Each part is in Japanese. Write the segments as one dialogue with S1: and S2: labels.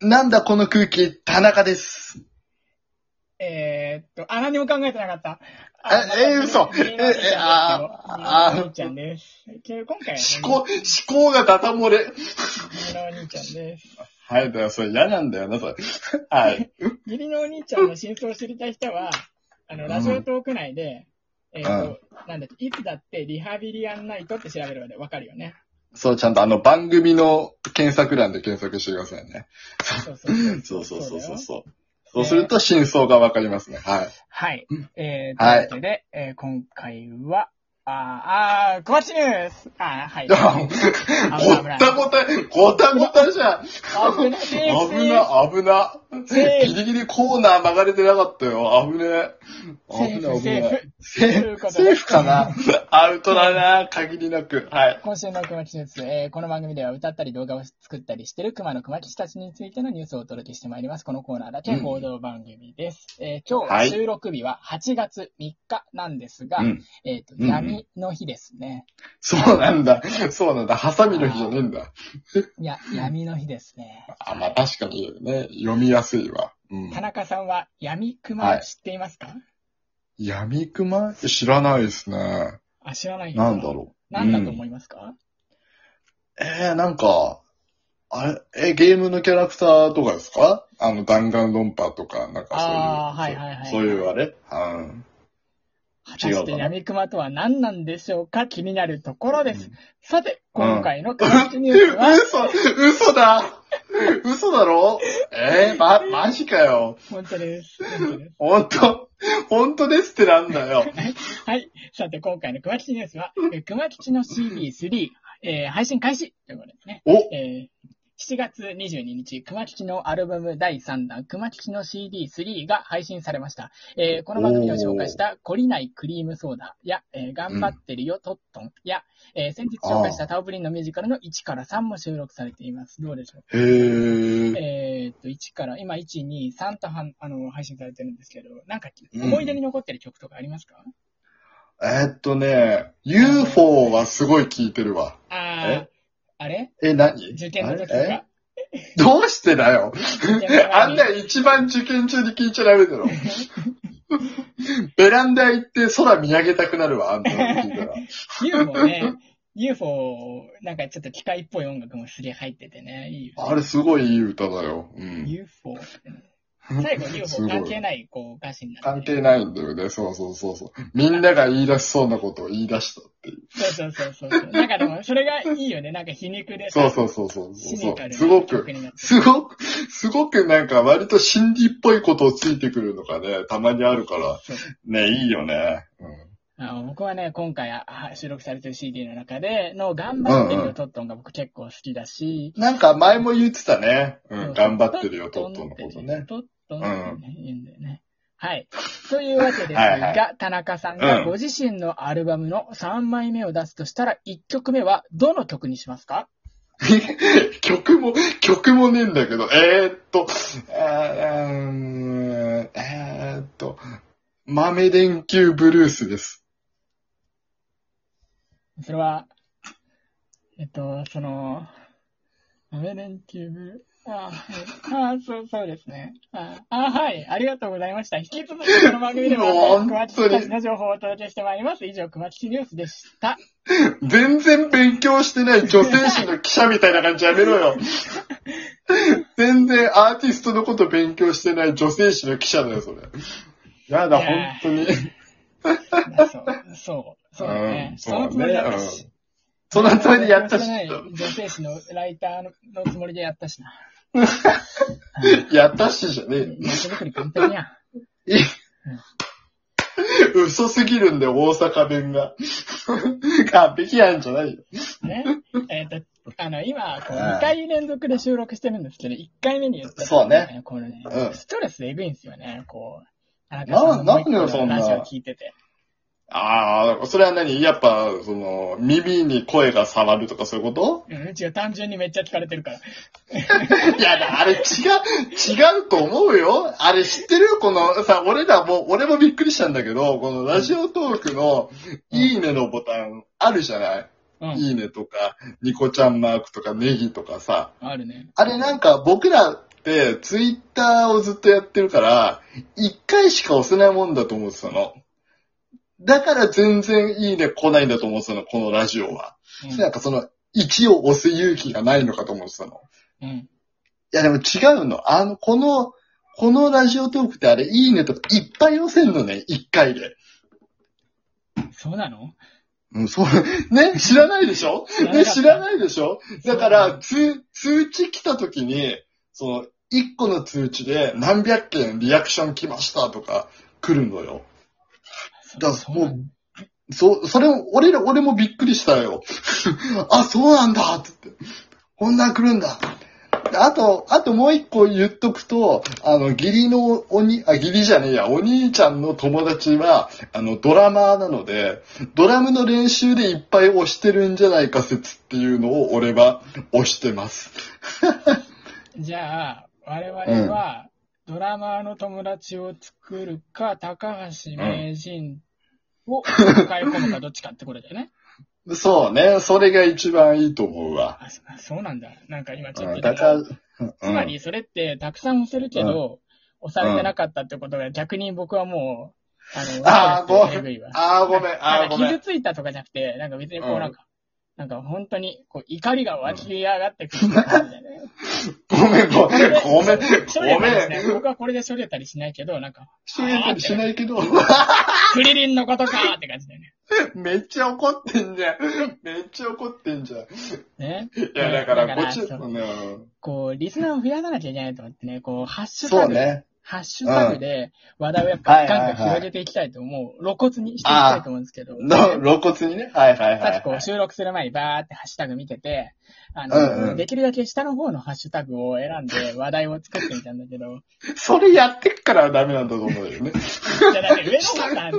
S1: なんだこの空気、田中です。
S2: えー、っと、あ、何も考えてなかった。
S1: ええー嘘
S2: え、
S1: ええあーあー
S2: お兄ちゃんです。今回は、
S1: 思考、思考がダダ漏れ。
S2: 義理のお兄ちゃんです。
S1: はい、だからそれ嫌なんだよな、 それ。はい。
S2: 義理のお兄ちゃんの真相を知りたい人は、あの、ラジオトーク内で、えーっと、なんだっけ、いつだってリハビリアンナイトって調べればわかるよね。
S1: そう、ちゃんとあの番組の検索欄で検索してくださいね。
S2: そうそうそう。
S1: そうそうそうそう。そう
S2: そ
S1: そう
S2: だ
S1: う
S2: よ
S1: すると真相がわかりますね。はい。
S2: はい。えー、と
S1: はい
S2: いうわけで、えー今回は、あー、あー、小鉢ニュースあー、はい。
S1: あご
S2: 危
S1: っ
S2: ない
S1: たごた、ごたごたじゃん。
S2: 危ない
S1: 危な、危な。
S2: セー
S1: ギ
S2: フ
S1: リギリコーナー曲がれてなかったよ。危ねえ。
S2: セ
S1: 危
S2: ーフ
S1: ない、危
S2: セー
S1: ない
S2: フ。
S1: セ
S2: とい
S1: ー
S2: うこと
S1: フ、
S2: で
S1: セーフか な。アウトだな、限りなく。はい。
S2: 今週の熊吉ニュース、えーこの番組では歌ったり動画を作ったりしている熊の熊吉たちについてのニュースをお届けしてまいります。このコーナーだけ
S1: うん
S2: 報道番組です。えー今
S1: は
S2: 日
S1: い
S2: 収録日は8月3日なんですが、
S1: うん。
S2: えっ、と、
S1: うんうん
S2: 闇の日ですね。
S1: そうなんだ。そうなんだ。ハサミの日じゃねえんだ。
S2: いや、闇の日ですね。
S1: あ、まあ確かにね、読みやすいわ。うん
S2: 田。中さんは闇熊知っていますか、
S1: 闇熊知らないですね。
S2: あ、知らないですか
S1: なんだろう。
S2: なんだと
S1: う
S2: 思
S1: ん
S2: いますか、
S1: えー、なんか、あれ、え、ゲームのキャラクターとかですかあの、弾丸論破とか、なんかそういう。
S2: あーはいはいはい
S1: そういうあれうん。
S2: 果たして闇熊とは何なんでしょうか気になるところです。さて、今回の熊吉ニュースは、
S1: 嘘嘘だ嘘だろえー、ま、マジかよ。
S2: 本当です。本当です
S1: ほんと、ほんとですってなんだよ。
S2: はい。さて、今回の熊吉ニュースは、えー熊吉の CD3、えー配信開始ということですね。
S1: お
S2: えー7月22日、熊吉のアルバム第3弾、熊吉の CD3 が配信されました。えーこの番組を紹介した、懲りないクリームソーダや、えー頑張ってるよ、トットンや、えー先日紹介したタオプリンのミュージカルの1から3も収録されています。どうでしょう
S1: へー。
S2: えーっと、1から、今、1、2、3とはんあの配信されてるんですけど、なんか、
S1: うん
S2: 思い出に残ってる曲とかありますか、
S1: えーっとね、UFO はすごい聞いてるわ。
S2: あー、あれ
S1: え、何
S2: 受験の時と
S1: あれ
S2: か。
S1: えどうしてだよ。
S2: 受験の時に
S1: あんな一番受験中に聞いちゃダメだろ。 ベランダ行って空見上げたくなるわ、あんなの聞いたら。
S2: UFO ね。UFO、なんかちょっと機械っぽい音楽もすげえ入っててね。いいよね
S1: あれすごいいい歌だよ。うん。
S2: UFO。最後 UFO 関係ないこう歌詞にな
S1: 関
S2: ってる。
S1: 係ないんだよね。そうそうそうそう。みんなが言い出しそうなことを言い出したっていう。
S2: そうそうそうそう。なんかでもそれがいいよね。なんか皮肉で
S1: そう
S2: さ。
S1: そうそうそう
S2: シ
S1: そ
S2: ニ
S1: う
S2: カル。な
S1: すごく
S2: 曲、になってる
S1: すごく、すごくなんか割と心理っぽいことをついてくるのがね、たまにあるから、
S2: そう
S1: ね、いいよね。
S2: あの僕はね、今回あ収録されてる CD の中での頑張ってる
S1: うんう
S2: よ
S1: ん
S2: トットンが僕結構好きだし、
S1: うん。なんか前も言ってたね。う、
S2: そうん
S1: 頑張ってるよ、トットの
S2: って
S1: ことね。
S2: トットンってね言うんだよね。はい。というわけですが、
S1: はいは
S2: 田中さん
S1: う
S2: が
S1: ん
S2: ご自身のアルバムの3枚目を出すとしたら、1曲目はどの曲にしますか
S1: 曲も、曲もねえんだけど、えー、っと、あーうーんえー、っと、豆電球ブルースです。
S2: それは、えっと、その、豆電球部、ああ、はい、あーそう、そうですね。ああー、はい、ありがとうございました。引き続きこの番組で
S1: もう
S2: は、
S1: 本当に
S2: 熊吉たちの情報をお届けしてまいります。以上、熊吉ニュースでした。
S1: 全然勉強してない女性誌の記者みたいな感じやめろよ。 全然アーティストのこと勉強してない女性誌の記者だよ、それ。やだ、
S2: いや
S1: 本当に。
S2: そう、そう、そうだね
S1: う。ん
S2: そのつもりだったし。
S1: その通りやったし、
S2: 女性誌のライターのつもりでやったしな。
S1: やったしじゃねえよ。
S2: 役作り完璧やん。
S1: 嘘すぎるんで、大阪弁が。 完璧やんじゃないよ。
S2: ね。えっ、と、あの、今、こう、2回連続で収録してるんですけど、1回目に言った
S1: そうね。
S2: このね、
S1: うん
S2: ストレスえぐいんですよね、こう。な
S1: ななんでよそんな
S2: ラジオ聞いてて。
S1: ああ、それは何やっぱ、その、耳に声が触るとかそういうこ
S2: うん、うちが単純にめっちゃ疲れてるから。
S1: といやだ、あれ違う、違うと思うよ。あれ知ってるこの、さ、俺らも、俺もびっくりしたんだけど、このラジオトークの、いいねのボタン、あるじゃない、
S2: うん、
S1: いいねとか、ニコちゃんマークとかネギとかさ。
S2: あるね。
S1: あれなんか僕らって、ツイッターをずっとやってるから、一回しか押せないもんだと思ってたの。だから全然いいね来ないんだと思ってたの、このラジオは。
S2: うん
S1: なんかその、1を押す勇気がないのかと思ってたの。
S2: うん。
S1: いやでも違うの。あの、この、このラジオトークってあれ、いいねとかいっぱい押せんのね、一回で。
S2: そうなの
S1: うん、そう、ね、知らないでしょ
S2: 知らなか
S1: ね、
S2: った
S1: 知らないでしょだか
S2: そうな
S1: ら、
S2: の
S1: 通、通知来た時に、その、一個の通知で何百件リアクション来ましたとか来るのよ。だからもう、そう、それを、俺ら、俺もびっくりしたよ。 あ、そうなんだっつって。こんなん来るんだ。であと、あともう一個言っとくと、あの、義理のおに、あ、義理じゃねえや、お兄ちゃんの友達は、あの、ドラマーなので、ドラムの練習でいっぱい押してるんじゃないか説っていうのを俺は押してます。
S2: じゃあ、我々は、ドラマーの友達を作るか、高橋名人を抱え込むか、どっちかってことだよね。
S1: そうね、それが一番いいと思うわ。
S2: あ、そそうなんだ。なんか今ちょ
S1: う
S2: っと
S1: ん、だから、
S2: つまり、それって、たくさん押せるけど、押されてなかったってことが、逆に僕はもう、あの、
S1: あー
S2: わかるっていう AV は
S1: ああ、ごめん、あ
S2: な
S1: あ、
S2: ん
S1: ご
S2: か
S1: めん
S2: 傷。ついたとかじゃなくて、なんか別にこ
S1: う
S2: う、
S1: ん
S2: なんか、なんか本当に、こう、怒りが湧き上がってくる感じだよね。
S1: ごめん、ごめん、ごめん、
S2: 処理は
S1: ご
S2: です
S1: め
S2: ね
S1: ん。、
S2: 僕はこれで処理たりしないけど、なんか、
S1: そういうことしないけど、
S2: クリリンのことかーって感じだよね。
S1: めっちゃ怒ってんじゃん。めっちゃ怒ってんじゃん。い
S2: ね。
S1: や、だから、
S2: だ
S1: こ
S2: から
S1: っち、
S2: そう
S1: うん
S2: こう、リスナーを増やさなきゃいけないと思ってね、こう、ハッシュ
S1: そ
S2: タ
S1: う
S2: グ、
S1: ね。
S2: ハッシュタグで話題をやっぱ
S1: うん
S2: ガンガ
S1: はいはいは
S2: ン
S1: い
S2: 広げていきたいと思う。露骨にしていきたいと思うんですけど。
S1: の、露骨にね。はいはい
S2: さ
S1: は
S2: っき
S1: い
S2: こ
S1: は
S2: う
S1: い。
S2: 収録する前にバーってハッシュタグ見てて、あ
S1: うんう
S2: の、
S1: ん
S2: できるだけ下の方のハッシュタグを選ん で話題を作ってみたんだけど、
S1: それやってっからダメなんだと思うよね。
S2: じゃだって上の方さ、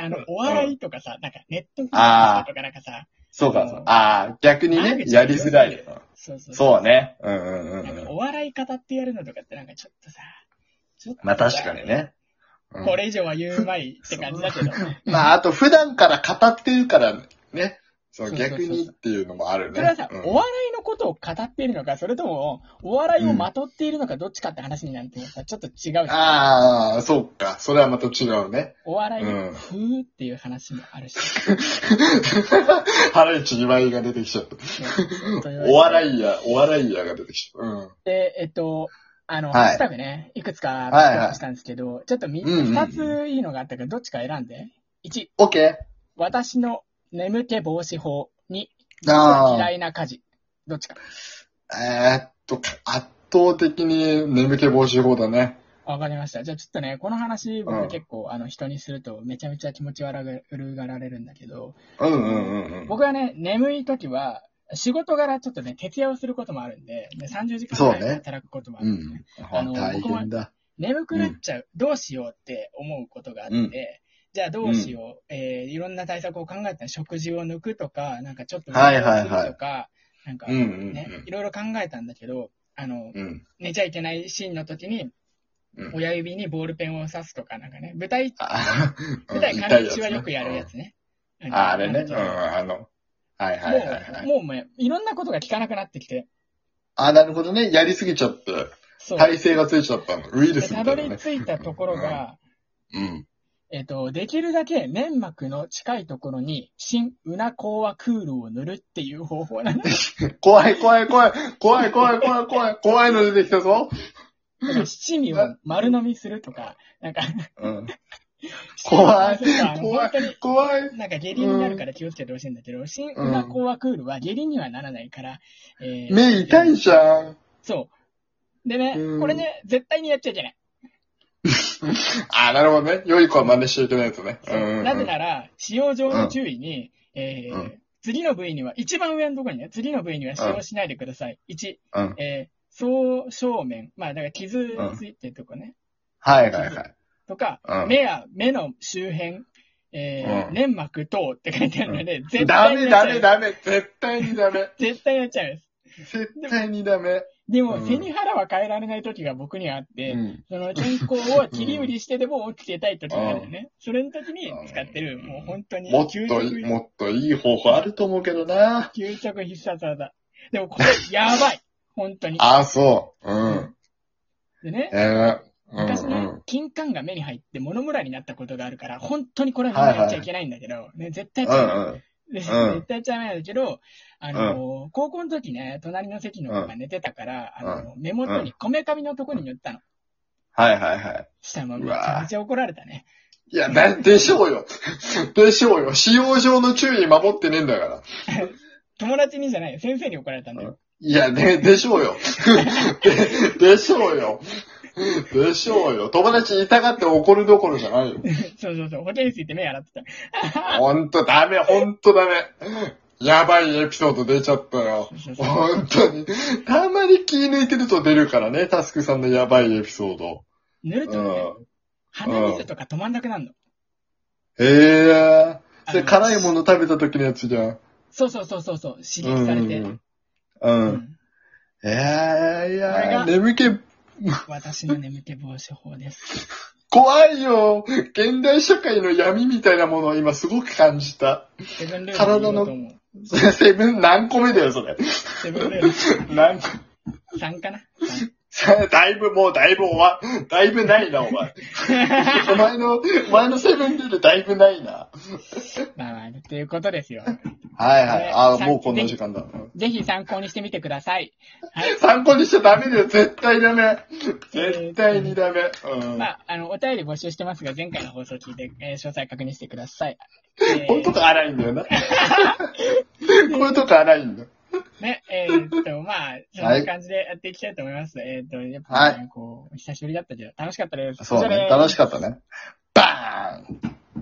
S2: あの、お笑いとかさ、なんかネットフリックスとかなんかさ、
S1: そうか、そうああ、逆にね、やりづらい。
S2: そうそう
S1: そうね。うんうんう
S2: な
S1: ん
S2: んか
S1: うん。
S2: お笑い方ってやるのとかってなんかちょっとさ、ちょっとさ
S1: まあ確かに。ね。うん
S2: これ以上は言うまいって感じだけど。
S1: まあ、あと普段から語ってるからね。そ、
S2: そううそうそう
S1: 逆にっていうのもあるね。
S2: それはさ、
S1: うん
S2: お笑いのことを語っているのか、それとも、お笑いをまとっているのか、どっちかって話になるとさ、ちょっと違うじゃん
S1: ああ、そうか。それはまた違うね。
S2: お笑い
S1: うん
S2: 風っていう話もあるし。
S1: 腹一二枚が出てきちゃった。 お
S2: い。
S1: 笑いや、お笑いやが出てきちゃった。うん。
S2: で、えっと、あの、
S1: はい
S2: ハッシュタグね、いくつかピックアップしたんですけど、ちょっとみ
S1: うんうんうん
S2: 二ついいのがあったから、どっちか選んで。1、
S1: オッケ
S2: 私の眠気防止法。2、
S1: ー。あ
S2: 嫌いな家事。どっちか。
S1: あ。えーっと、か圧倒的に眠気防止法だね。
S2: わかりました。じゃあちょっとね、この話、
S1: う
S2: 僕
S1: ん
S2: 結構、あの、人にすると、めちゃめちゃ気持ち悪がられるんだけど、
S1: うんうんうんうん。
S2: 僕はね、眠い時は、仕事柄ちょっとね、徹夜をすることもあるんで、で30時間ぐら
S1: そう
S2: い
S1: ね
S2: 働くこともあ
S1: う
S2: るんですね
S1: ん。
S2: あの
S1: 大変だ。
S2: 眠くなっちゃう、どうしようって思うことがあって、
S1: うん
S2: じゃあどうしよう、えーいろんな対策を考えたら食事を抜くとか、なんかちょっと運動す
S1: はい
S2: るとか、
S1: はいはい
S2: なんか
S1: うん
S2: ね、
S1: うんうん
S2: いろいろ考えたんだけど、あの、
S1: うん。
S2: 寝ちゃいけないシーンの時に、
S1: うん
S2: 親指にボールペンを刺すとか、なんかね、舞台、
S1: あ
S2: 舞 台
S1: 痛
S2: 管理
S1: い
S2: 中は
S1: ね
S2: よくやるやつね。
S1: う
S2: うんん
S1: ああれね。うん、
S2: もう
S1: あの、はいはいはいはい。
S2: もうもう、いろんなことが効かなくなってきて、
S1: ああ、なるほどね。やりすぎちゃって、
S2: そう。
S1: 体勢がついちゃったの。ウイル
S2: で
S1: ス
S2: た
S1: みた
S2: ど
S1: いな
S2: り
S1: ね。
S2: 着いたところが、
S1: うん。
S2: えっと、できるだけ粘膜の近いところに、新ウナコアクールを塗るっていう方法なの。
S1: 怖い怖い怖い。怖い怖い怖い怖い。怖いの出てきたぞ。
S2: なんか七味を丸飲みするとか、なんか、
S1: うん。怖い
S2: 七味を丸飲みするとかあの
S1: 怖い
S2: 本当に、
S1: 怖い。
S2: なんか下痢になるから気をつけてほしいんだけど、新ウナコアクールは下痢にはならないから、えー
S1: 目痛いじゃん。
S2: そう。でね
S1: う、ん
S2: これね、絶対にやっちゃいけない。
S1: ああ、なるほどね。良い子は真似しちゃいけないやつね。うんうんうん。
S2: なぜなら、使用上の注意に、えー
S1: うん
S2: 次の部位には、一番上のところにね、次の部位には使用しないでください。1、
S1: うん。
S2: えー、総正面。まあ、だから傷ついてるとこね。
S1: はいはいはい。
S2: とか、
S1: うん
S2: 目や目の周辺、えー
S1: うん
S2: 粘膜等って書いてあるので、絶
S1: ダ
S2: 対に
S1: メ
S2: やっ
S1: ダ
S2: ちゃう
S1: メダメ。絶対にダメ。
S2: 絶対やっちゃうんです。
S1: 絶対にダメ。
S2: でも、
S1: うん
S2: 背に腹は変えられない時が僕にはあって、
S1: うん。
S2: その健康を切り売りしてでも起きてたい時があるのね。それの時に使って
S1: う
S2: る、
S1: ん
S2: もう本当に
S1: もっ
S2: 究
S1: といい、
S2: 極、
S1: もっといい方法あると思うけどな。
S2: 究極必殺技。でもこれ、やばい。本当に。
S1: ああ、そう。うん。
S2: でね、
S1: えー、うん
S2: 昔ね、
S1: うん
S2: 金柑が目に入って物ムラになったことがあるから、本当にこれはやっちゃいけないんだけど、ね、絶対やっちゃいけない
S1: うん
S2: で絶
S1: うん
S2: 対やっちゃダメなんだけど、あの、高校の時ね、隣の席の子が寝てたから、
S1: うん
S2: あの、目元にこめかみのとこに塗ったの。
S1: はいはいはい。
S2: したらめちゃめちゃ怒られたね。
S1: いや、な、でしょうよ。 でしょうよ。使用上の注意守ってねえんだから。
S2: 友達にじゃないよ、先生に怒られたんだよ。
S1: いや、ね、でしょうよ。で、でしょうよ。でしょうよ。友達いたがって怒るどころじゃないよ。
S2: そうそうそう、保健室行って目洗ってた。
S1: ほんとダメ、ほんとダメ。やばいエピソード出ちゃったよ。
S2: そうそうそう
S1: ほんとに。たまに気抜いてると出るからね、タスクさんのやばいエピソード。
S2: 塗るとね、
S1: うん
S2: 鼻水とか止まんなくなるの。
S1: へえ。
S2: あ
S1: それ
S2: の
S1: 辛いもの食べた時のやつじゃん。
S2: そうそうそうそう、そう刺激されて。
S1: うんうん。
S2: う
S1: うん、
S2: ん
S1: えー、い
S2: これ
S1: や
S2: が
S1: ー、眠気
S2: 私の眠気防止法です。
S1: 怖いよ。現代社会の闇みたいなものを今すごく感じた。
S2: セブンルールで言おうと思う。
S1: セブン何個目だよ、それ。
S2: セブンルール
S1: 何個
S2: 3か な
S1: さだいぶもうだいぶ終わ、だいぶないな、お前。お前の、お前のセブンルールだいぶないな。
S2: まあまあ、っていうことですよ。
S1: はいは
S2: ね
S1: い。あー、
S2: さっき
S1: もうこんな時間だ。うん
S2: ぜひ参考にしてみてください。はい。
S1: 参考にしちゃダメだよ。絶対ダメ。絶対にダメ。うん。
S2: まあ、あの、お便り募集してますが、前回の放送聞いて、えー詳細確認してください。えー
S1: こういうとこ荒いんだ よな。こういうとこ荒いんだ。
S2: ね、えーっと、まあ、そんな感じでやっていきたいと思います。えーっと、やっぱ、ね、こう、久しぶりだったけど、楽しかったです。
S1: そう
S2: 以上
S1: ね
S2: で。す
S1: 楽しかったね。バーン